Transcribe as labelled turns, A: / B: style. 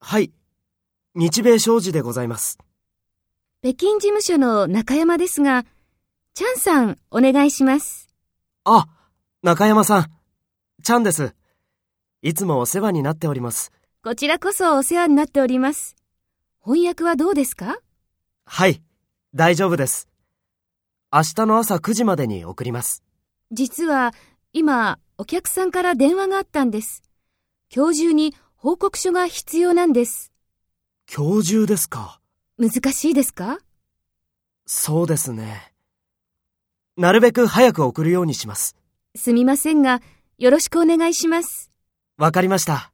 A: はい。日米商事でございます。
B: 北京事務所の中山ですが、チャンさん、お願いします。
A: あ、中山さん。チャンです。いつもお世話になっております。
B: こちらこそお世話になっております。翻訳はどうですか
A: はい、大丈夫です。明日の朝9時までに送ります。
B: 実は、今、お客さんから電話があったんです。今日中に報告書が必要なんです。
A: 今日中ですか
B: 難しいですか
A: そうですね。なるべく早く送るようにします。
B: すみませんが、よろしくお願いします。
A: わかりました。